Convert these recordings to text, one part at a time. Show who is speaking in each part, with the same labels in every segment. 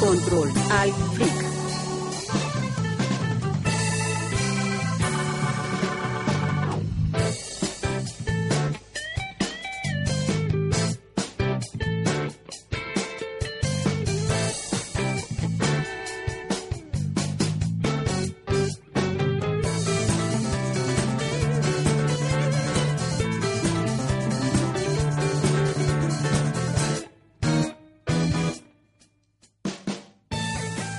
Speaker 1: Control al Freak.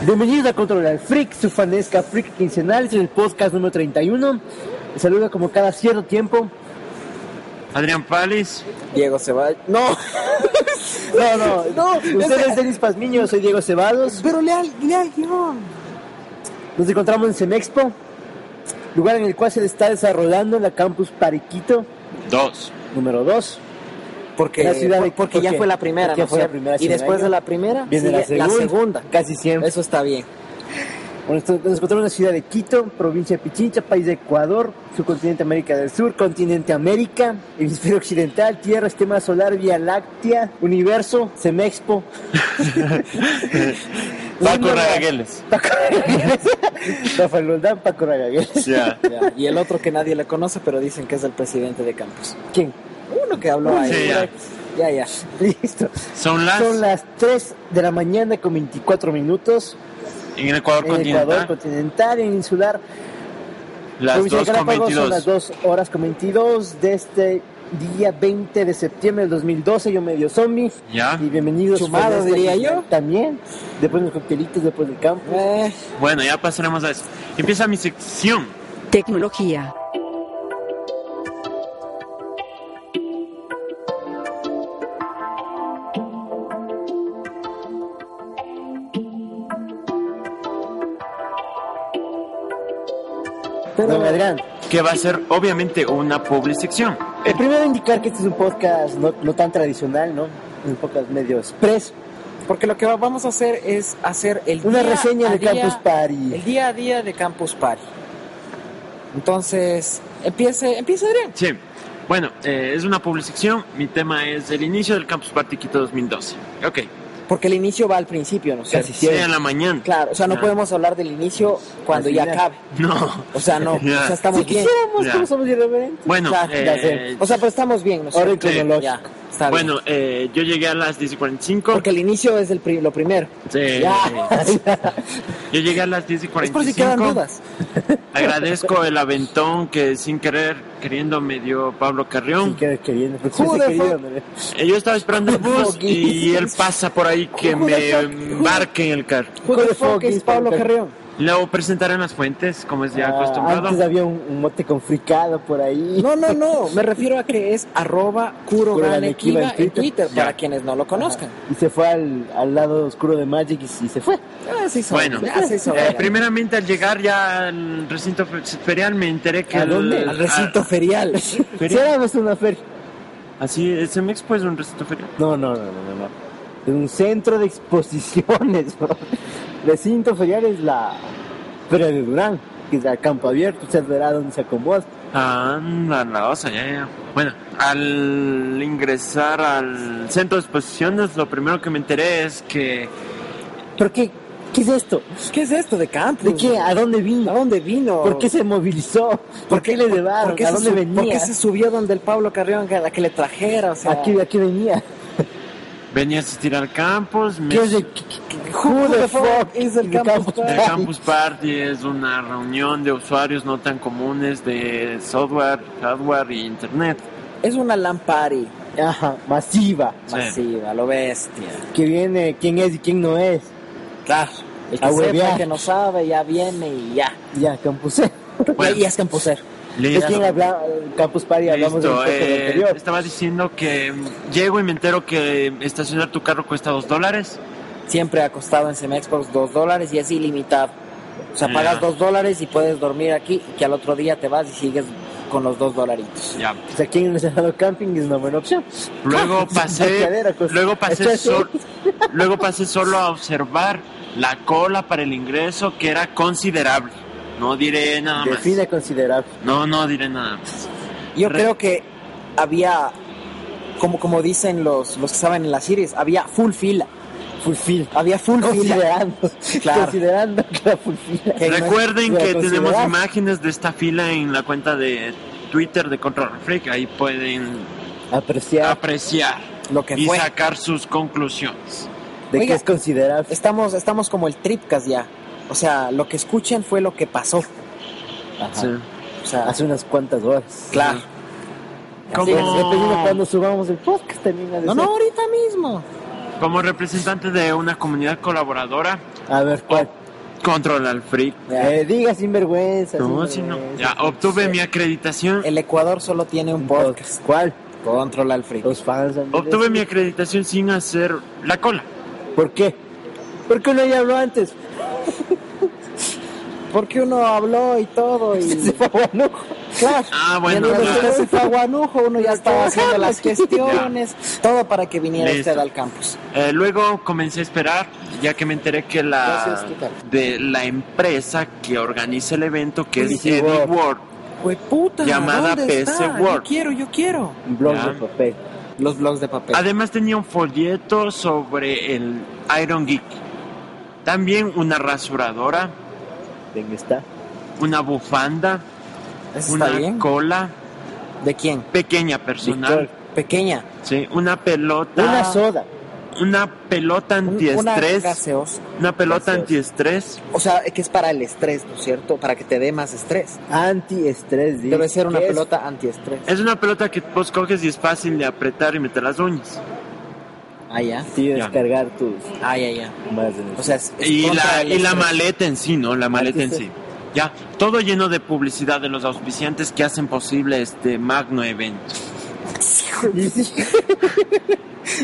Speaker 2: Bienvenidos a Controlar Freak, su fanesca Freak quincenal, este es el podcast número 31. Les saluda como cada cierto tiempo.
Speaker 3: Adrián Palis.
Speaker 4: Diego Ceballos. No,
Speaker 2: No, no,
Speaker 4: No,
Speaker 2: ustedes
Speaker 4: ese-
Speaker 2: Denis Pazmiño, soy Diego Ceballos.
Speaker 4: pero lea, lea el guión.
Speaker 2: Nos encontramos en Semexpo, lugar en el cual se está desarrollando la Campus Pariquito
Speaker 3: Dos.
Speaker 2: número 2.
Speaker 4: Porque,
Speaker 2: La ciudad de-
Speaker 4: porque ya
Speaker 2: porque-
Speaker 4: fue la primera,
Speaker 2: porque
Speaker 4: ¿no?
Speaker 2: fue la
Speaker 4: O sea,
Speaker 2: primera
Speaker 4: y
Speaker 2: hace un
Speaker 4: después
Speaker 2: año.
Speaker 4: de la primera
Speaker 2: Viene la
Speaker 4: sigue
Speaker 2: segunda.
Speaker 4: segunda.
Speaker 2: Casi siempre.
Speaker 4: Eso está bien.
Speaker 2: Bueno, esto- nos encontramos en la ciudad de Quito, provincia de Pichincha, país de Ecuador, subcontinente América del Sur, continente América, hemisferio occidental, tierra, sistema solar, vía láctea, universo, Semexpo.
Speaker 3: Paco Ragagueles.
Speaker 2: Paco Ragagueles. Rafael Roldán, Paco Ragagueles.
Speaker 3: Ya.
Speaker 4: Ya, Y el otro que nadie le conoce, pero dicen que es el presidente de campus.
Speaker 2: ¿Quién?
Speaker 4: Uno que habló ahí.
Speaker 3: Sí, ya.
Speaker 4: ya, ya.
Speaker 2: Listo.
Speaker 3: Son las
Speaker 2: Son las 3 de la mañana con 24 minutos
Speaker 3: en el Ecuador
Speaker 2: en Ecuador
Speaker 3: continental.
Speaker 2: continental, en insular.
Speaker 3: Las
Speaker 2: Provincia de
Speaker 3: dos con
Speaker 2: Galápagos Son las
Speaker 3: 22.
Speaker 2: 2 horas con 22 de este día 20 de septiembre del 2012. Yo medio zombie.
Speaker 3: Ya.
Speaker 2: Y bienvenidos.
Speaker 4: Chumado,
Speaker 2: Fanesca,
Speaker 4: Ah. diría yo.
Speaker 2: También. Después de los coctelitos, después del campo.
Speaker 4: Eh,
Speaker 3: Bueno, ya pasaremos a eso. Empieza mi sección.
Speaker 1: Tecnología.
Speaker 4: pero
Speaker 2: Don Adrián.
Speaker 3: Que va a ser obviamente una publi sección.
Speaker 2: eh, primero indicar que este es un podcast no, no tan tradicional, ¿no? Un podcast medio express.
Speaker 4: porque lo que vamos a hacer es hacer el
Speaker 2: Una
Speaker 4: día
Speaker 2: reseña
Speaker 4: a
Speaker 2: de
Speaker 4: día-
Speaker 2: Campus
Speaker 4: El
Speaker 2: Party.
Speaker 4: día a día de Campus Party. Entonces, empiece, empiece Adrián.
Speaker 3: Sí. Bueno, eh, es una publi sección. Mi tema es el inicio del Campus Party Quito 2012. Ok.
Speaker 4: Porque el inicio va al principio, ¿no? es
Speaker 2: Casi
Speaker 4: cierto?
Speaker 3: Sí,
Speaker 2: siempre.
Speaker 3: a la mañana.
Speaker 4: Claro, o sea, no
Speaker 3: Ya.
Speaker 4: podemos hablar del inicio cuando
Speaker 2: Al
Speaker 4: ya
Speaker 2: final.
Speaker 4: acabe.
Speaker 3: No.
Speaker 4: O sea, no,
Speaker 3: Ya.
Speaker 4: o sea, estamos
Speaker 2: Si
Speaker 4: bien.
Speaker 2: quisiéramos,
Speaker 3: Ya.
Speaker 2: como somos irreverentes.
Speaker 3: Bueno,
Speaker 4: Ya,
Speaker 2: ya
Speaker 3: eh,
Speaker 4: O sea, pero estamos bien, ¿no? es
Speaker 2: Ahora en
Speaker 4: cierto?
Speaker 3: Sí.
Speaker 2: cronológico.
Speaker 4: Ya, está bien.
Speaker 3: bueno, eh, yo llegué a las 10 y 45.
Speaker 4: Porque el inicio es el pri- lo primero.
Speaker 3: Sí.
Speaker 4: Ya.
Speaker 3: Yo llegué a las 10 y 45.
Speaker 4: Es por si quedan dudas.
Speaker 3: Agradezco el aventón que sin querer, queriendo me dio Pablo
Speaker 2: Sin
Speaker 3: Carrión.
Speaker 2: querer queriendo. porque
Speaker 4: Who
Speaker 2: siempre
Speaker 4: the
Speaker 2: querido,
Speaker 4: fuck?
Speaker 2: ¿no?
Speaker 3: Eh, Yo estaba esperando el bus y él pasa por ahí que
Speaker 4: Who
Speaker 3: me
Speaker 4: the fuck?
Speaker 3: embarque en el carro.
Speaker 4: Who
Speaker 2: Who the
Speaker 4: the fuck
Speaker 2: fuck
Speaker 4: is
Speaker 2: is
Speaker 4: Pablo
Speaker 2: Pablo
Speaker 4: Carrión?
Speaker 3: Luego presentaron las fuentes, como es ya
Speaker 2: Ah, antes
Speaker 3: acostumbrado.
Speaker 2: había un, un mote con fricado por ahí.
Speaker 4: No, no, no. Me refiero a que es arroba Kuroganekiba
Speaker 2: Kuroganekiba en
Speaker 4: en Twitter,
Speaker 3: Ya.
Speaker 4: para quienes no lo conozcan.
Speaker 2: Y se fue al, al lado oscuro de Magic y, y se fue.
Speaker 4: Ah, sí, son.
Speaker 3: Bueno,
Speaker 4: Ah, sí, son.
Speaker 3: eh, primeramente al llegar ya al recinto fe- ferial me enteré que...
Speaker 2: ¿A
Speaker 3: el-
Speaker 2: dónde?
Speaker 4: Al recinto ferial.
Speaker 3: ah,
Speaker 2: Si
Speaker 3: ferial.
Speaker 2: éramos una feria.
Speaker 3: Así, ese me expo es un recinto ferial.
Speaker 2: No, no, no, no, no, no. Es un centro de exposiciones, bro. Recinto ferial es la Feria de Durán, que es el campo abierto, usted verá dónde se acomoda.
Speaker 3: Anda, la osa, ya, ya. Bueno, al ingresar al centro de exposiciones, lo primero que me enteré es que
Speaker 2: ¿Pero qué, qué es esto?
Speaker 4: ¿Qué es esto de campus?
Speaker 2: ¿De qué? ¿A dónde
Speaker 4: ¿A
Speaker 2: vino?
Speaker 4: dónde vino?
Speaker 2: ¿Por qué se movilizó? ¿Por qué le llevaron?
Speaker 4: ¿Por qué
Speaker 2: ¿A
Speaker 4: se
Speaker 2: dónde
Speaker 4: sub-
Speaker 2: venía?
Speaker 4: por qué se subió donde el Pablo Carrión a la que le trajera? O sea,
Speaker 2: ¿A qué, a qué venía?
Speaker 3: venía a asistir al campus. Me...
Speaker 2: ¿Qué es de- qué- qué- who the fuck
Speaker 4: is el
Speaker 2: the
Speaker 4: Campus Party?
Speaker 3: El Campus Party es una reunión de usuarios no tan comunes de software, hardware y internet.
Speaker 4: es una lampari
Speaker 2: Ajá, masiva,
Speaker 3: Sí.
Speaker 4: masiva, lo bestia.
Speaker 2: que viene quién es y quién no es.
Speaker 4: Claro. El que
Speaker 2: A
Speaker 4: sepa,
Speaker 2: huevear.
Speaker 4: el que no sabe, ya viene y ya.
Speaker 2: Ya, E. Campusé.
Speaker 3: Bueno.
Speaker 4: Y es campuser.
Speaker 2: Es quien
Speaker 3: Listo,
Speaker 2: habla, Campus Party, hablamos del podcast
Speaker 3: eh,
Speaker 2: anterior.
Speaker 3: estaba diciendo que mm, llego y me entero que estacionar tu carro cuesta dos dólares.
Speaker 4: Siempre ha costado en Semexbox dos dólares y es ilimitado. O sea,
Speaker 3: Ya.
Speaker 4: pagas dos dólares y puedes dormir aquí y que al otro día te vas y sigues con los dos dolaritos.
Speaker 3: Ya.
Speaker 2: O sea, quien no se ha dado camping es una buena opción.
Speaker 3: Luego pasé,
Speaker 2: parqueadero, cosa.
Speaker 3: luego pasé,
Speaker 2: Estás-
Speaker 3: sol- luego pasé solo a observar la cola para el ingreso que era considerable. No diré nada más.
Speaker 2: Define considerable.
Speaker 3: No, no diré nada más.
Speaker 4: Yo
Speaker 3: Re-
Speaker 4: creo que había, como, como dicen los, los que saben en las series, había full fila.
Speaker 2: Fulfil. Había Fulfil de ambos,
Speaker 4: Claro.
Speaker 2: considerando que era Fulfil.
Speaker 4: Que hay más-
Speaker 3: Recuerden
Speaker 2: Bueno,
Speaker 3: que tenemos
Speaker 2: considerad.
Speaker 3: imágenes de esta fila en la cuenta de Twitter de Control Freak. Ahí pueden
Speaker 2: Apreciar
Speaker 3: apreciar
Speaker 4: lo que
Speaker 3: y
Speaker 4: fue.
Speaker 3: sacar sus conclusiones.
Speaker 2: de que
Speaker 4: Oiga.
Speaker 2: es considerable.
Speaker 4: Estamos, estamos como el Tripcast ya. O sea, lo que escuchen fue lo que pasó.
Speaker 2: Ajá.
Speaker 3: Sí.
Speaker 4: O sea,
Speaker 2: Hace unas cuantas horas.
Speaker 4: claro.
Speaker 2: Así es, dependiendo de
Speaker 3: Como,
Speaker 2: cuando subamos el podcast termina de
Speaker 4: No,
Speaker 2: ser.
Speaker 4: no, ahorita mismo.
Speaker 3: como representante de una comunidad colaboradora,
Speaker 2: A ver, ¿cuál?
Speaker 3: Control al Freak.
Speaker 4: Ya.
Speaker 2: Eh, diga sinvergüenza.
Speaker 3: Ah, No,
Speaker 2: sinvergüenza.
Speaker 3: si no. Ya obtuve mi acreditación.
Speaker 4: El Ecuador solo tiene un podcast.
Speaker 2: ¿Cuál?
Speaker 4: Controla al frío.
Speaker 2: Los fans. amigos.
Speaker 3: Obtuve mi acreditación sin hacer la cola.
Speaker 2: ¿Por qué? ¿Por qué no ya habló antes?
Speaker 4: Porque uno habló y todo.
Speaker 2: Se
Speaker 4: Y...
Speaker 2: fue a Guanuco.
Speaker 4: Claro.
Speaker 3: Ah, bueno,
Speaker 4: y uno
Speaker 3: claro.
Speaker 4: se fue a Guanujo, uno ya estaba haciendo las cuestiones. Todo para que viniera
Speaker 3: Listo.
Speaker 4: usted al campus.
Speaker 3: Eh, luego comencé a esperar, ya que me enteré que la
Speaker 4: Gracias, ¿qué tal?
Speaker 3: de la empresa que organiza el evento, que es
Speaker 2: PC
Speaker 3: Eddie
Speaker 2: World.
Speaker 3: World,
Speaker 4: Hueputa,
Speaker 3: Llamada
Speaker 4: ¿dónde está?
Speaker 3: PC World.
Speaker 4: Yo quiero, yo quiero.
Speaker 2: Un blog
Speaker 3: Ya.
Speaker 2: de papel.
Speaker 4: Los blogs de papel.
Speaker 3: Además tenía un folleto sobre el Iron Geek. También una rasuradora,
Speaker 2: ¿Quién está?
Speaker 3: una bufanda,
Speaker 4: ¿Eso está
Speaker 3: una
Speaker 4: bien?
Speaker 3: cola,
Speaker 4: ¿De quién?
Speaker 3: pequeña personal,
Speaker 2: Victor.
Speaker 4: Pequeña.
Speaker 3: sí, una pelota,
Speaker 2: Una
Speaker 3: una,
Speaker 2: soda.
Speaker 3: pelota
Speaker 4: Un- una
Speaker 3: antiestrés,
Speaker 4: gaseosa.
Speaker 3: una, pelota
Speaker 2: gaseosa.
Speaker 3: antiestrés,
Speaker 4: O sea, que es para el estrés, ¿no es cierto? Para que te dé más estrés.
Speaker 2: Antiestrés. dice.
Speaker 4: Debe ser una
Speaker 2: ¿Qué es?
Speaker 4: pelota antiestrés.
Speaker 3: es una pelota que vos coges y es fácil de apretar y meter las uñas.
Speaker 4: Ah, ya.
Speaker 2: Sí,
Speaker 3: Ya.
Speaker 2: descargar tus
Speaker 4: Ah, ya, ya.
Speaker 2: más de
Speaker 4: O sea, es, es
Speaker 3: Y
Speaker 4: contra
Speaker 3: la,
Speaker 4: el
Speaker 3: y la
Speaker 4: estrés.
Speaker 3: maleta en sí, ¿no? La maleta en
Speaker 2: sí.
Speaker 3: sí. Ya, todo lleno de publicidad de los auspiciantes que hacen posible este magno evento.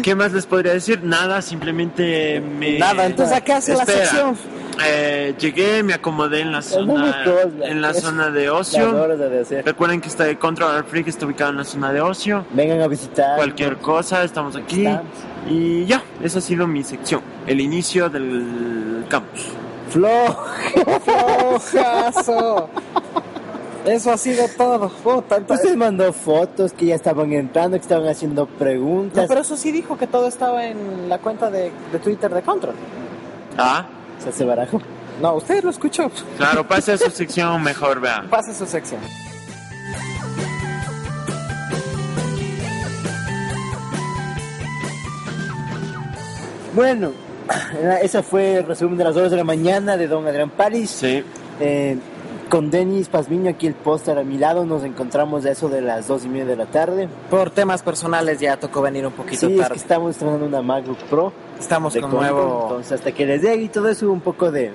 Speaker 3: ¿Qué más les podría decir? Nada, simplemente me...
Speaker 4: Nada, entonces acá hace la
Speaker 3: Espera.
Speaker 4: sección.
Speaker 3: Eh, llegué, me acomodé en la zona,
Speaker 2: cosa,
Speaker 3: en la
Speaker 2: es-
Speaker 3: zona de
Speaker 2: Las
Speaker 3: ocio.
Speaker 2: horas de hacer.
Speaker 3: Recuerden que está Control Freak está ubicado en la zona de ocio.
Speaker 2: Vengan a visitar.
Speaker 3: Cualquier cosa, estamos aquí.
Speaker 2: Estamos.
Speaker 3: Y ya, esa ha sido mi sección. El inicio del campus.
Speaker 2: Flo.
Speaker 4: ¡Ojazo! Eso ha sido todo. Puta, entonces-
Speaker 2: Usted mandó fotos que ya estaban entrando, que estaban haciendo
Speaker 4: No,
Speaker 2: preguntas.
Speaker 4: pero eso sí dijo que todo estaba en la cuenta de, de Twitter de Control.
Speaker 3: Ah,
Speaker 2: O sea, se barajó.
Speaker 4: No, usted lo escuchó.
Speaker 3: claro, pase a su sección mejor, vean.
Speaker 4: Pase su sección.
Speaker 2: Bueno, esa fue el resumen de las horas de la mañana de Don Adrián París.
Speaker 3: Sí.
Speaker 2: Eh, con Denis Pazmiño aquí el póster a mi lado, nos encontramos a eso de las dos y media de la tarde.
Speaker 4: Por temas personales ya tocó venir un poquito
Speaker 2: Sí, es que
Speaker 4: tarde.
Speaker 2: estamos estrenando una MacBook Pro
Speaker 4: Estamos
Speaker 2: de
Speaker 4: con
Speaker 2: Concord,
Speaker 4: nuevo
Speaker 2: entonces hasta que les dé y todo eso hubo un poco de,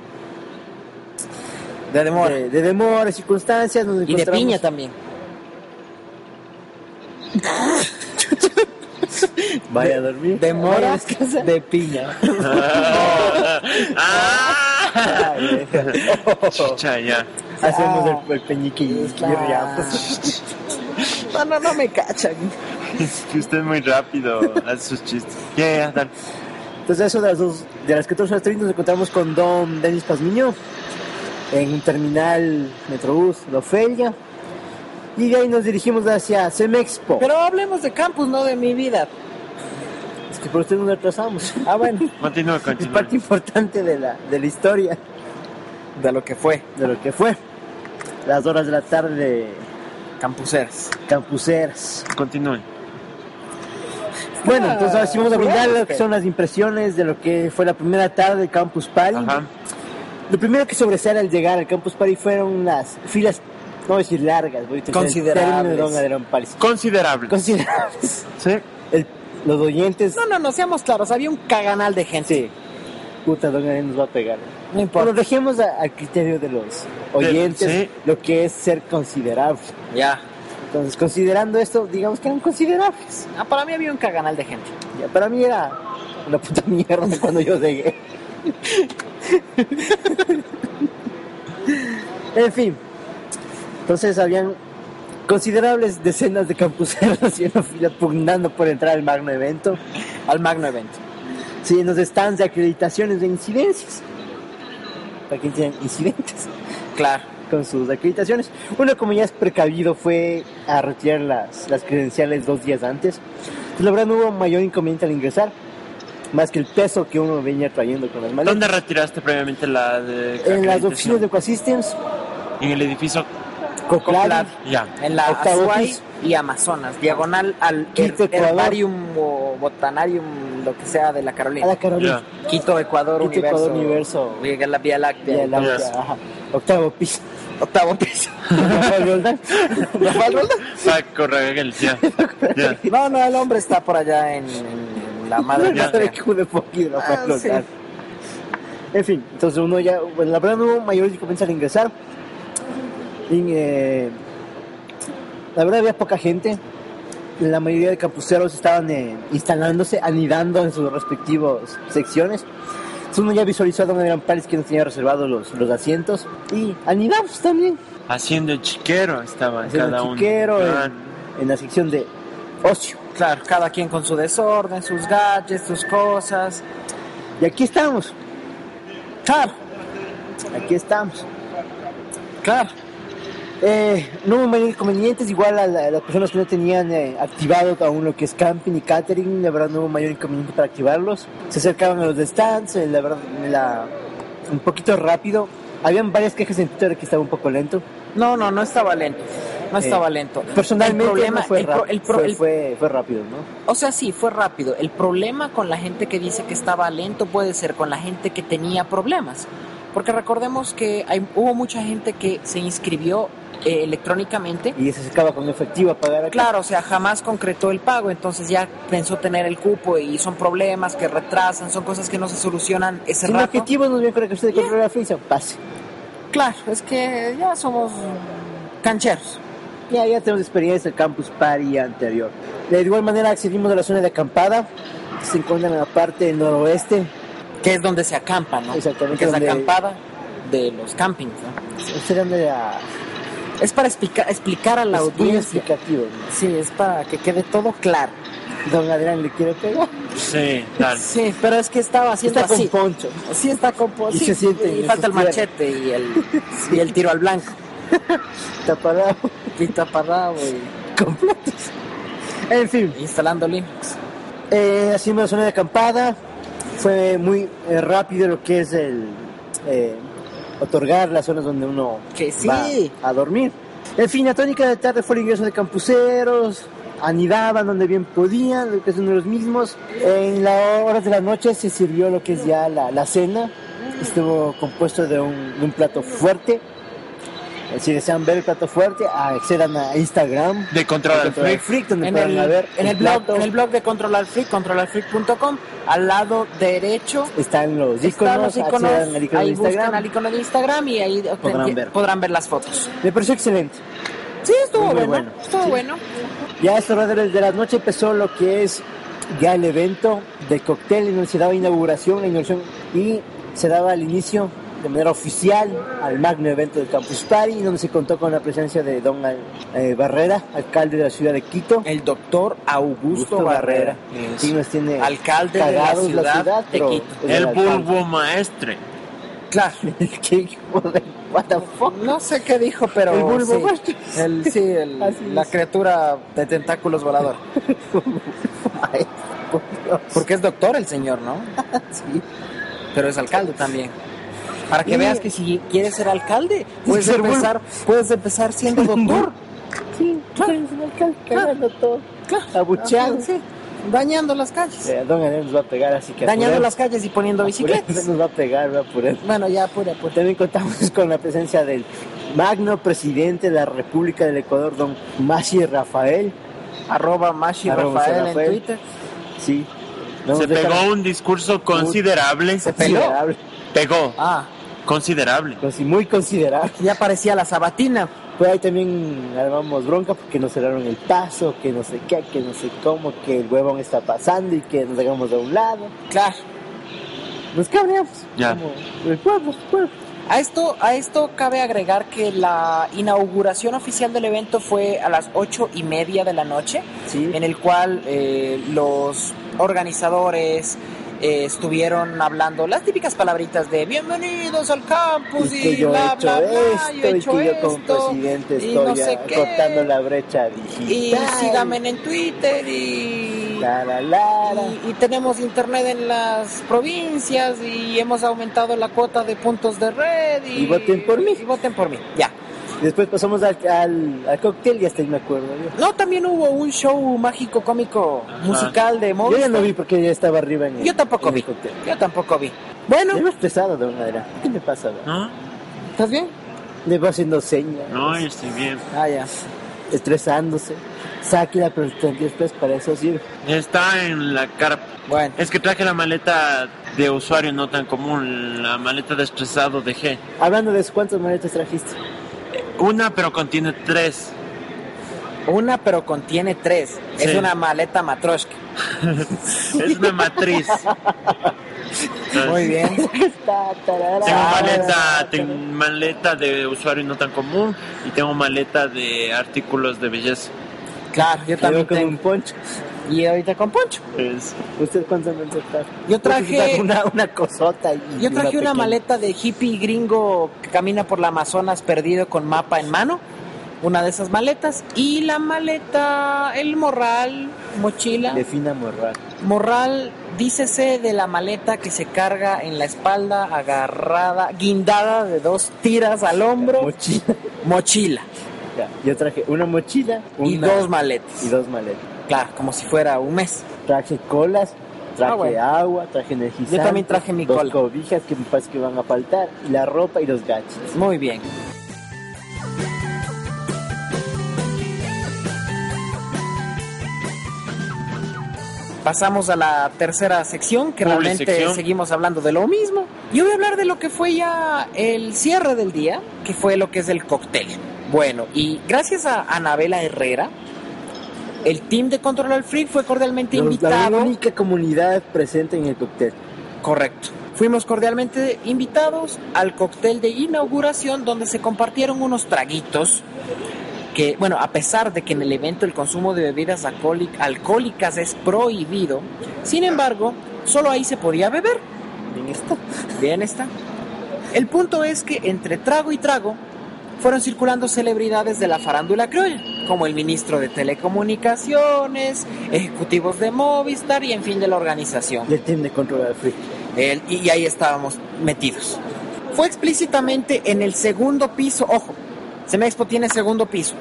Speaker 4: de demora.
Speaker 2: de, de demora, circunstancias, nos
Speaker 4: y de
Speaker 2: encontramos
Speaker 4: piña también.
Speaker 2: Vaya a dormir. Vaya a
Speaker 4: Demora
Speaker 2: descansar.
Speaker 4: de piña.
Speaker 3: Ah,
Speaker 2: Ay, eh.
Speaker 3: chucha, ya.
Speaker 2: Hacemos
Speaker 4: Ah.
Speaker 2: el, el peñique y- y pues.
Speaker 4: Claro.
Speaker 2: riamos.
Speaker 4: No, no, no me cachan.
Speaker 3: Es que usted es muy rápido hace sus chistes. Ya, ya, dale.
Speaker 2: Entonces, eso de las, dos, de las 14 horas 30 nos encontramos con Don Denis Pazmiño en un terminal Metrobús, Lofelia. Y de ahí nos dirigimos hacia Semexpo.
Speaker 4: Pero hablemos de campus, no de mi vida.
Speaker 2: Es que por usted nos atrasamos.
Speaker 4: Ah, bueno.
Speaker 3: Continúa,
Speaker 2: Es
Speaker 3: continúa.
Speaker 2: parte importante de la, de la historia,
Speaker 4: De lo que fue.
Speaker 2: de lo que fue. Las horas de la tarde
Speaker 4: Campuseras.
Speaker 2: campuseras.
Speaker 3: Continúe.
Speaker 2: Bueno, entonces ahora sí vamos a
Speaker 4: jugando
Speaker 2: brindar lo que
Speaker 4: usted.
Speaker 2: son las impresiones de lo que fue la primera tarde de Campus Party.
Speaker 3: Ajá.
Speaker 2: Lo primero que sobresale al llegar al Campus Party fueron las filas, no voy a decir largas, voy a utilizar el
Speaker 4: Considerables.
Speaker 2: término de Don Adrián Páliz.
Speaker 3: Considerable.
Speaker 2: Considerables.
Speaker 3: sí.
Speaker 2: El- los oyentes,
Speaker 4: No, no, no, seamos claros. Había un caganal de gente.
Speaker 2: sí. Puta, Don Adrián nos va a pegar.
Speaker 4: No
Speaker 2: Pero
Speaker 4: importa.
Speaker 2: dejemos a- al criterio de los oyentes
Speaker 3: sí.
Speaker 2: lo que es ser considerable.
Speaker 4: Ya.
Speaker 2: Entonces, considerando esto, digamos que eran considerables.
Speaker 4: Ah, para mí había un caganal de gente.
Speaker 2: Ya, para mí era una puta mierda cuando yo llegué. en fin, entonces habían considerables decenas de campuseros y una fila pugnando por entrar al magno evento.
Speaker 4: Al magno evento.
Speaker 2: Sí, en los stands de acreditaciones de incidencias. Para quien tienen incidentes
Speaker 4: Claro.
Speaker 2: con sus acreditaciones. Uno, como ya es precavido, fue a Pues, retirar las, las credenciales dos días antes. La verdad, no hubo mayor inconveniente al ingresar. más que el peso que uno venía trayendo con las maletas.
Speaker 3: ¿Dónde retiraste previamente la
Speaker 2: En
Speaker 3: de
Speaker 2: las
Speaker 3: acreditación?
Speaker 2: oficinas de Ecosystems,
Speaker 3: En el edificio
Speaker 2: Coclad,
Speaker 3: Ya.
Speaker 4: En la
Speaker 2: Octavo
Speaker 4: Azuay
Speaker 2: piso.
Speaker 4: y Amazonas, diagonal al
Speaker 2: Quito,
Speaker 4: her-
Speaker 2: Ecuador.
Speaker 4: herbarium o botanarium, lo que sea de la
Speaker 2: a la
Speaker 4: Carolina.
Speaker 2: Carolina.
Speaker 3: Ya.
Speaker 4: Quito, Ecuador,
Speaker 2: Quito,
Speaker 4: Universo.
Speaker 2: Ecuador, Universo.
Speaker 4: Llega la Vía Láctea.
Speaker 2: Vía Láctea,
Speaker 3: Yes.
Speaker 2: ajá. Octavo piso.
Speaker 4: Octavo piso.
Speaker 2: Rafael Roldán.
Speaker 4: Rafael Roldán.
Speaker 3: Paco Raguel, ya. Ya.
Speaker 4: No, no, el hombre está por allá en, en la madre
Speaker 3: Ya.
Speaker 4: patria.
Speaker 2: Qué de poquito, Rafael
Speaker 4: Ah,
Speaker 2: Roldán. En fin, entonces uno ya, bueno, la verdad no hubo mayor recompensa al ingresar. Y, eh, la verdad había poca gente. La mayoría de campuseros estaban eh, instalándose, anidando en sus respectivas secciones. Entonces uno ya visualizó dónde eran pares que nos tenían reservados los, los asientos. Y anidamos también
Speaker 3: Haciendo el chiquero estaba
Speaker 2: Haciendo
Speaker 3: cada
Speaker 2: el
Speaker 3: uno.
Speaker 2: chiquero,
Speaker 3: Ah,
Speaker 2: el- en la sección de ocio.
Speaker 4: Claro, cada quien con su desorden, sus gadgets, sus cosas. Ah,
Speaker 2: Y aquí estamos,
Speaker 4: Claro,
Speaker 2: aquí estamos.
Speaker 4: claro.
Speaker 2: Eh, no hubo mayores inconvenientes, igual a, la- a las personas que no tenían eh, activado aún lo que es camping y catering, la verdad no hubo mayor inconveniente para activarlos. Se acercaban a los stands, eh, la verdad, la- un poquito rápido. Habían varias quejas en Twitter que estaba un poco lento.
Speaker 4: No, no, no estaba lento. No
Speaker 2: Eh,
Speaker 4: estaba lento.
Speaker 2: Personalmente
Speaker 4: el problema,
Speaker 2: no fue,
Speaker 4: el pro-
Speaker 2: rápido,
Speaker 4: el pro-
Speaker 2: fue,
Speaker 4: el-
Speaker 2: fue- fue rápido, ¿no?
Speaker 4: O sea, sí, fue rápido. El problema con la gente que dice que estaba lento puede ser con la gente que tenía problemas. Porque recordemos que hay- hubo mucha gente que se inscribió eh, electrónicamente.
Speaker 2: Y se acercaba con efectivo a pagar acá.
Speaker 4: Claro, o sea, jamás concretó el pago, entonces ya pensó tener el cupo y son problemas que retrasan, son cosas que no se solucionan ese
Speaker 2: Sin
Speaker 4: rato.
Speaker 2: objetivos nos viene con la cuestión de
Speaker 4: Ya.
Speaker 2: controlar la aflicción, pase.
Speaker 4: Claro, es que ya somos cancheros.
Speaker 2: Ya, ya tenemos experiencia del Campus Party anterior. De igual manera accedimos a la zona de acampada, que se encuentra en la parte noroeste,
Speaker 4: Que es donde se acampa, ¿no?
Speaker 2: Exactamente,
Speaker 4: Que es la
Speaker 2: donde-
Speaker 4: acampada de los campings, ¿no?
Speaker 2: Ese era donde la-
Speaker 4: Es para explica- explicar a la
Speaker 2: es muy
Speaker 4: audiencia.
Speaker 2: explicativo. ¿no?
Speaker 4: Sí, es para que quede todo claro.
Speaker 2: Don Adrián le quiere pegar.
Speaker 3: Sí, dale.
Speaker 4: Sí, pero es que estaba haciendo
Speaker 2: Está con
Speaker 4: así.
Speaker 2: poncho.
Speaker 4: Sí, está con po-
Speaker 2: Y
Speaker 4: sí,
Speaker 2: se siente
Speaker 4: y
Speaker 2: en
Speaker 4: falta el
Speaker 2: esos
Speaker 4: machete y el, y el tiro al blanco.
Speaker 2: Está parado.
Speaker 4: Pita parado y
Speaker 2: Completos. En fin,
Speaker 4: instalando Linux.
Speaker 2: eh, hacimos la zona de acampada. Fue muy eh, rápido lo que es el eh, otorgar las zonas donde uno
Speaker 4: Que sí.
Speaker 2: va a dormir. En fin, la tónica de tarde fue el ingreso de campuseros, anidaban donde bien podían, lo que son los mismos. En las horas de la noche se sirvió lo que es ya la, la cena, estuvo compuesto de un, de un plato fuerte. Eh, Si desean ver el plato fuerte, accedan a Instagram.
Speaker 3: De control al
Speaker 2: Control eh.
Speaker 3: freak.
Speaker 2: Freak, donde
Speaker 4: En
Speaker 2: podrán
Speaker 4: el,
Speaker 2: ver
Speaker 4: en,
Speaker 2: un
Speaker 4: el blog,
Speaker 2: plato.
Speaker 4: en el blog de Controlar Freak, controlarfreak.com, al lado derecho
Speaker 2: están los
Speaker 4: están los
Speaker 2: iconos,
Speaker 4: iconos.
Speaker 2: accedan al icono de
Speaker 4: Ahí buscan
Speaker 2: Instagram.
Speaker 4: al icono de Instagram y ahí obten-
Speaker 2: Podrán ver.
Speaker 4: podrán ver las fotos.
Speaker 2: Me pareció excelente.
Speaker 4: Sí, estuvo
Speaker 2: Muy
Speaker 4: bueno,
Speaker 2: bueno.
Speaker 4: Estuvo bueno.
Speaker 2: Ya a estas horas de la- de la noche empezó lo que es ya el evento de cóctel en donde se daba inauguración, la inauguración y se daba el inicio de manera oficial al magno evento del Campus Party, donde se contó con la presencia de don eh, Barrera, alcalde de la ciudad de Quito.
Speaker 4: El doctor Augusto,
Speaker 2: Augusto
Speaker 4: Barrera,
Speaker 2: Sí, nos tiene
Speaker 4: alcalde de la
Speaker 2: cagados
Speaker 4: ciudad, de
Speaker 2: pero
Speaker 4: Quito.
Speaker 2: es
Speaker 3: El
Speaker 2: alcalde.
Speaker 3: bulbo maestre.
Speaker 4: Claro.
Speaker 2: ¿Qué hijo de- what the fuck?
Speaker 4: No sé qué dijo, pero.
Speaker 2: El bulbo
Speaker 4: sí.
Speaker 2: maestro.
Speaker 4: El- sí, el-
Speaker 2: Así
Speaker 4: la
Speaker 2: es.
Speaker 4: criatura de tentáculos volador.
Speaker 2: Por Dios.
Speaker 4: Porque es doctor el señor, ¿no?
Speaker 2: Sí.
Speaker 4: Pero es alcalde también. Para que
Speaker 2: Y-
Speaker 4: veas que si quieres ser alcalde, puedes
Speaker 2: ser bulbo.
Speaker 4: empezar, puedes empezar siendo doctor.
Speaker 2: Sí, es un alcalde cagando todo, abucheado.
Speaker 4: Ah, Sí. Dañando las calles.
Speaker 2: Eh, Don Anel nos va a pegar, así que.
Speaker 4: Dañando
Speaker 2: apuremos.
Speaker 4: las calles y poniendo
Speaker 2: Apuremos,
Speaker 4: bicicletas.
Speaker 2: Nos va a pegar, va a apurar.
Speaker 4: Bueno, ya pura, pura.
Speaker 2: También contamos con la presencia del magno presidente de la República del Ecuador, don Masi Rafael.
Speaker 4: Arroba Mashi
Speaker 2: Arroba
Speaker 4: Rafael en
Speaker 2: Rafael.
Speaker 4: Twitter.
Speaker 2: Sí. No nos
Speaker 3: Se
Speaker 2: deja
Speaker 3: pegó un discurso considerable.
Speaker 4: Se pegó.
Speaker 2: Considerable,
Speaker 3: Pegó.
Speaker 4: Ah,
Speaker 3: Considerable.
Speaker 2: con- sí, muy considerable.
Speaker 4: ya parecía la sabatina.
Speaker 2: Por Pues ahí también armamos bronca porque nos cerraron el paso, que no sé qué, que no sé cómo, que el huevón está pasando y que nos hagamos de un lado.
Speaker 4: Claro.
Speaker 2: Nos cabreamos.
Speaker 3: Ya.
Speaker 2: Como el pueblo, el pueblo.
Speaker 4: A esto, a esto cabe agregar que la inauguración oficial del evento fue a las ocho y media de la noche,
Speaker 2: Sí.
Speaker 4: en el cual eh, los organizadores eh, estuvieron hablando las típicas palabritas de bienvenidos al campus y,
Speaker 2: y que yo
Speaker 4: bla,
Speaker 2: he hecho
Speaker 4: bla, bla,
Speaker 2: esto
Speaker 4: yo he
Speaker 2: y
Speaker 4: hecho
Speaker 2: que yo como
Speaker 4: esto,
Speaker 2: presidente
Speaker 4: y
Speaker 2: estoy
Speaker 4: no sé
Speaker 2: ah,
Speaker 4: qué,
Speaker 2: cortando la brecha digital.
Speaker 4: y síganme en Twitter y y,
Speaker 2: La, la, la, la.
Speaker 4: y- y tenemos internet en las provincias y hemos aumentado la cuota de puntos de red y,
Speaker 2: Y voten por mí.
Speaker 4: Y voten por mí, ya.
Speaker 2: Después pasamos al, al, al cóctel y hasta ahí me acuerdo. Yo,
Speaker 4: No, también hubo un show mágico cómico
Speaker 3: Ajá.
Speaker 4: musical de
Speaker 2: Yo ya
Speaker 4: Movistar.
Speaker 2: no vi porque ya estaba arriba en el,
Speaker 4: Yo tampoco
Speaker 2: en el
Speaker 4: vi.
Speaker 2: cóctel.
Speaker 4: Yo tampoco vi.
Speaker 2: Ya
Speaker 4: Bueno,
Speaker 2: me he estresado de una manera. ¿Qué te pasa? bro?
Speaker 3: ¿No?
Speaker 4: ¿estás bien?
Speaker 2: Le va haciendo señas,
Speaker 3: No, yo estoy bien.
Speaker 4: Ah, ya.
Speaker 2: estresándose. Saque la pregunta después para eso sirve.
Speaker 3: Está en la carpa.
Speaker 4: Bueno,
Speaker 3: Es que traje la maleta de usuario no tan común, la maleta de estresado de G.
Speaker 2: Hablando de eso, ¿cuántas maletas trajiste?
Speaker 3: Una, pero contiene tres.
Speaker 4: una pero contiene tres. Es
Speaker 3: Sí.
Speaker 4: una maleta matroshka.
Speaker 3: Es una matriz.
Speaker 4: Muy bien.
Speaker 2: Ta, tarara,
Speaker 3: Tengo
Speaker 4: Ah,
Speaker 3: maleta,
Speaker 2: tarara.
Speaker 3: tengo maleta de usuario no tan común y tengo maleta de artículos de belleza.
Speaker 4: Claro, yo
Speaker 2: Yo
Speaker 4: también
Speaker 2: con
Speaker 4: tengo.
Speaker 2: un poncho.
Speaker 4: Y ahorita con Poncho.
Speaker 3: Es-
Speaker 2: ¿Usted cuántas maletas trajo?
Speaker 4: Yo traje-
Speaker 2: Usted trajo una, una cosota. Y
Speaker 4: Yo traje una
Speaker 2: pequeña.
Speaker 4: maleta de hippie gringo que camina por la Amazonas perdido con mapa en mano. Una de esas maletas. Y la maleta, el morral, mochila.
Speaker 2: De fina morral.
Speaker 4: Morral, dícese de la maleta que se carga en la espalda, agarrada, guindada de dos tiras al hombro.
Speaker 2: Mochila.
Speaker 4: Mochila.
Speaker 2: Ya, Yo traje una mochila
Speaker 4: Y
Speaker 2: una-
Speaker 4: dos maletas.
Speaker 2: y dos maletas.
Speaker 4: Claro, como si fuera un mes.
Speaker 2: Traje colas, traje
Speaker 4: Ah, bueno.
Speaker 2: agua, traje energizante.
Speaker 4: Yo también traje mi
Speaker 2: dos
Speaker 4: cola.
Speaker 2: cobijas que me parece que van a faltar, y la ropa y los gachos.
Speaker 4: Muy bien. Pasamos a la tercera sección, que realmente
Speaker 3: Publisección.
Speaker 4: seguimos hablando de lo mismo. Yo voy a hablar de lo que fue ya el cierre del día, que fue lo que es el cóctel. Bueno, y gracias a Anabela Herrera, el team de Control al Freak fue cordialmente
Speaker 2: Los- La
Speaker 4: invitado.
Speaker 2: única comunidad presente en el cóctel.
Speaker 4: Correcto. Fuimos cordialmente invitados al cóctel de inauguración donde se compartieron unos traguitos que, bueno, a pesar de que en el evento el consumo de bebidas alcohólic- alcohólicas es prohibido, sin embargo, solo ahí se podía beber.
Speaker 2: En esta.
Speaker 4: Bien está. El punto es que entre trago y trago fueron circulando celebridades de la farándula criolla, como el ministro de Telecomunicaciones, ejecutivos de Movistar y en fin de la organización.
Speaker 2: Y el team de control al free.
Speaker 4: El- y, y ahí estábamos metidos. Fue explícitamente en el segundo piso. Ojo, Semexpo tiene segundo piso.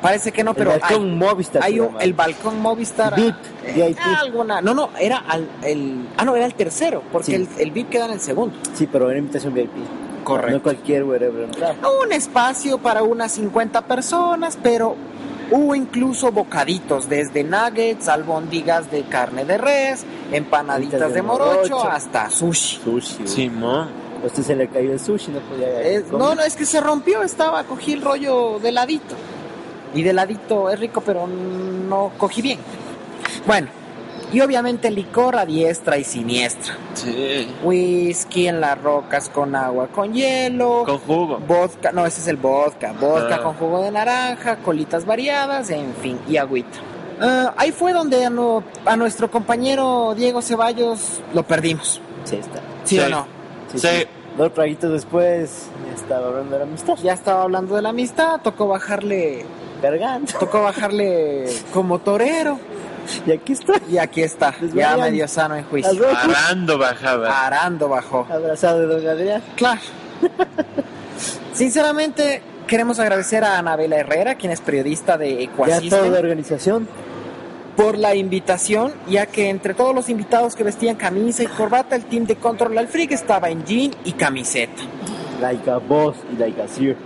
Speaker 4: Parece que no,
Speaker 2: El
Speaker 4: pero
Speaker 2: balcón
Speaker 4: hay,
Speaker 2: Movistar.
Speaker 4: hay
Speaker 2: se
Speaker 4: un-
Speaker 2: llama.
Speaker 4: el balcón Movistar.
Speaker 2: VIP,
Speaker 4: eh,
Speaker 2: VIP.
Speaker 4: alguna. No, no, era al, el. Ah, no, era el tercero, porque
Speaker 2: Sí.
Speaker 4: el, el VIP queda en el segundo.
Speaker 2: Sí, pero era invitación VIP. No cualquier wherever. entraba.
Speaker 4: Un espacio para unas 50 personas, pero hubo incluso bocaditos, desde nuggets, albóndigas de carne de res, empanaditas de morocho, hasta sushi.
Speaker 2: Sushi. Sí.
Speaker 3: Simón.
Speaker 2: A usted se le cayó el sushi, no podía. comer.
Speaker 4: Es- Eh, no, no, es que se rompió, estaba, cogí el rollo de ladito. Y de ladito es rico, pero no cogí bien. Bueno, y obviamente licor a diestra y siniestra.
Speaker 3: Sí.
Speaker 4: Whisky en las rocas con agua, con hielo.
Speaker 3: Con jugo.
Speaker 4: Vodka, no, ese es el vodka. Vodka
Speaker 3: Ah.
Speaker 4: con jugo de naranja, colitas variadas, en fin, y agüita. Ah, ahí fue donde a, no- a nuestro compañero Diego Ceballos lo perdimos.
Speaker 2: Sí, está.
Speaker 4: ¿Sí,
Speaker 3: Sí.
Speaker 4: o no?
Speaker 2: Sí,
Speaker 3: Sí.
Speaker 2: sí. Dos traguitos después, ya estaba hablando de la amistad.
Speaker 4: Ya estaba hablando de la amistad, tocó bajarle
Speaker 2: Cargando.
Speaker 4: Tocó bajarle como torero.
Speaker 2: Y aquí estoy.
Speaker 4: Y aquí está, ya
Speaker 2: Desvariando.
Speaker 4: medio sano en
Speaker 2: Al
Speaker 4: juicio.
Speaker 2: rojo,
Speaker 3: Parando
Speaker 4: Ah.
Speaker 3: bajaba.
Speaker 4: Arando bajó.
Speaker 2: Abrazado de don Adrián.
Speaker 4: Claro. Sinceramente, queremos agradecer a Anabela Herrera, quien es periodista de
Speaker 2: Ya toda la
Speaker 4: Ecuasystem,
Speaker 2: organización.
Speaker 4: por la invitación, ya que entre todos los invitados que vestían camisa y corbata, el team de Control al Freak estaba en jean y camiseta.
Speaker 2: Laika Boss y Laika Sir.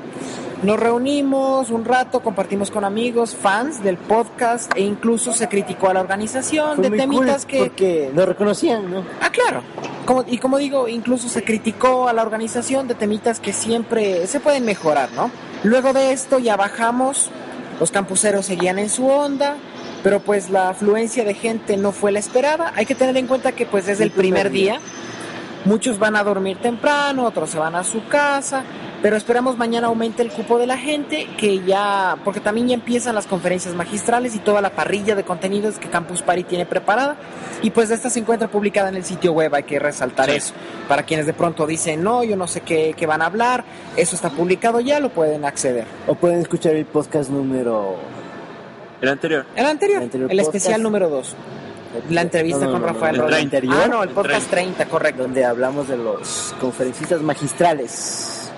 Speaker 4: Nos reunimos un rato, compartimos con amigos, fans del podcast e incluso se criticó a la organización
Speaker 2: Fue
Speaker 4: de
Speaker 2: muy cool
Speaker 4: temitas que
Speaker 2: porque nos reconocían, ¿no?
Speaker 4: Ah, claro. Como, y como digo, incluso se criticó a la organización de temitas que siempre se pueden mejorar, ¿no? Luego de esto ya bajamos, los campuseros seguían en su onda, pero pues la afluencia de gente no fue la esperada. Hay que tener en cuenta que pues es el primer día. Muchos van a dormir temprano, otros se van a su casa, pero esperamos mañana aumente el cupo de la gente, que ya, porque también ya empiezan las conferencias magistrales y toda la parrilla de contenidos que Campus Party tiene preparada. Y pues esta se encuentra publicada en el sitio web, hay que resaltar
Speaker 3: Sí.
Speaker 4: eso. Para quienes de pronto dicen, no, yo no sé qué, qué van a hablar, eso está publicado ya, lo pueden acceder.
Speaker 2: O pueden escuchar el podcast número
Speaker 3: El anterior.
Speaker 4: El anterior, el,
Speaker 2: El anterior podcast.
Speaker 4: especial número 2. La
Speaker 2: No,
Speaker 4: entrevista
Speaker 2: no,
Speaker 4: con
Speaker 2: no, no,
Speaker 4: Rafael
Speaker 2: no,
Speaker 3: el
Speaker 4: Rodríguez.
Speaker 3: 30.
Speaker 4: Ah, no, el podcast 30, correcto.
Speaker 2: donde hablamos de los conferencistas magistrales.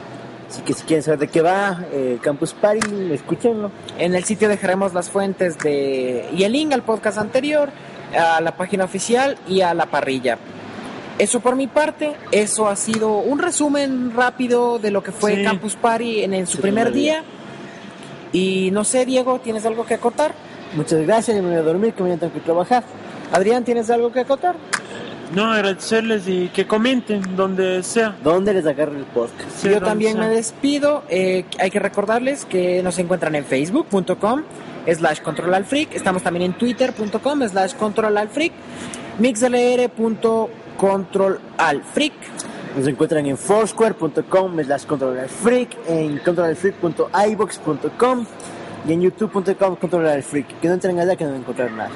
Speaker 2: Así que si quieren saber de qué va eh, Campus Party, escúchenlo.
Speaker 4: En el sitio dejaremos las fuentes de y el link al podcast anterior, a la página oficial y a la parrilla. Eso por mi parte, eso ha sido un resumen rápido de lo que fue
Speaker 3: Sí.
Speaker 4: Campus Party en, en su
Speaker 2: Su
Speaker 4: primer
Speaker 2: primer día.
Speaker 4: día. Y no sé, Diego, ¿tienes algo que acotar?
Speaker 2: Muchas gracias, yo me voy a dormir, que mañana tengo que trabajar.
Speaker 4: Adrián, ¿tienes algo que acotar?
Speaker 3: No, agradecerles y que comenten donde sea.
Speaker 2: ¿Dónde les agarro el podcast?
Speaker 3: Sí,
Speaker 4: Yo
Speaker 3: donde
Speaker 4: también
Speaker 3: sea.
Speaker 4: me despido. Eh, hay que recordarles que nos encuentran en facebook.com slash control al freak. Estamos también en twitter.com slash control al freak. mixlr.control al freak.
Speaker 2: Nos encuentran en foursquare.com, slash controlarfreak, en controlarfreak.ibox.com y en youtube.com controlarfreak. Que no entren allá que no van a encontrar nada.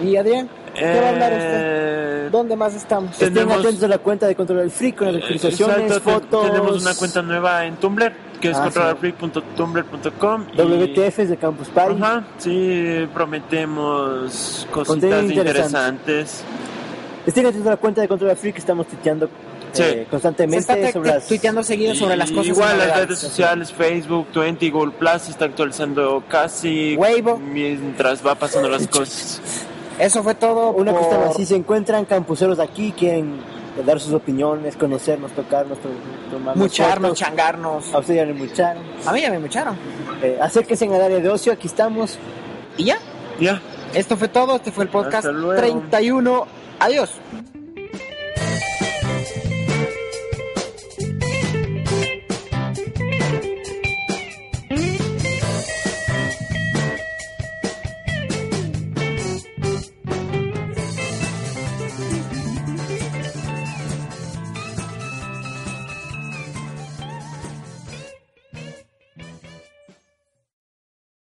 Speaker 4: Y Adrián, ¿qué va a hablar usted?
Speaker 3: Eh,
Speaker 4: ¿Dónde más estamos?
Speaker 3: Ten-
Speaker 2: Estén
Speaker 3: Tenemos- Eh,
Speaker 2: atentos a la cuenta de Control al Freak con las actualizaciones,
Speaker 3: exacto, te-
Speaker 2: fotos.
Speaker 3: Tenemos una cuenta nueva en Tumblr, que es
Speaker 2: Ah, sí.
Speaker 3: controlarfreak.tumblr.com. y-
Speaker 2: WTFs de Campus Party.
Speaker 3: Ajá, sí, prometemos
Speaker 2: Contenido
Speaker 3: cositas
Speaker 2: interesante.
Speaker 3: interesantes.
Speaker 2: Estén atentos a la cuenta de Control al Freak, que estamos tuiteando
Speaker 3: Sí.
Speaker 2: eh,
Speaker 4: Se
Speaker 2: constantemente
Speaker 4: está te-
Speaker 2: sobre las...
Speaker 4: tuiteando seguido sobre las
Speaker 3: Y
Speaker 4: cosas. y
Speaker 3: Igual las
Speaker 4: novedades.
Speaker 3: redes sociales, Facebook, Twenty, Google Plus, está actualizando casi
Speaker 4: Weibo.
Speaker 3: mientras va pasando las cosas.
Speaker 4: Eso fue todo.
Speaker 2: Una
Speaker 4: por-
Speaker 2: cuestión así, se encuentran campuseros aquí, quieren dar sus opiniones, conocernos, tocarnos, to- tomarnos
Speaker 4: Mucharnos,
Speaker 2: fotos.
Speaker 4: changarnos.
Speaker 2: A usted ya le mucharon.
Speaker 4: A mí ya me mucharon.
Speaker 2: Eh, acérquense en el área de ocio, aquí estamos.
Speaker 4: Y ya,
Speaker 3: Ya.
Speaker 4: esto fue todo. Este fue el podcast
Speaker 3: Hasta luego.
Speaker 4: 31. Adiós.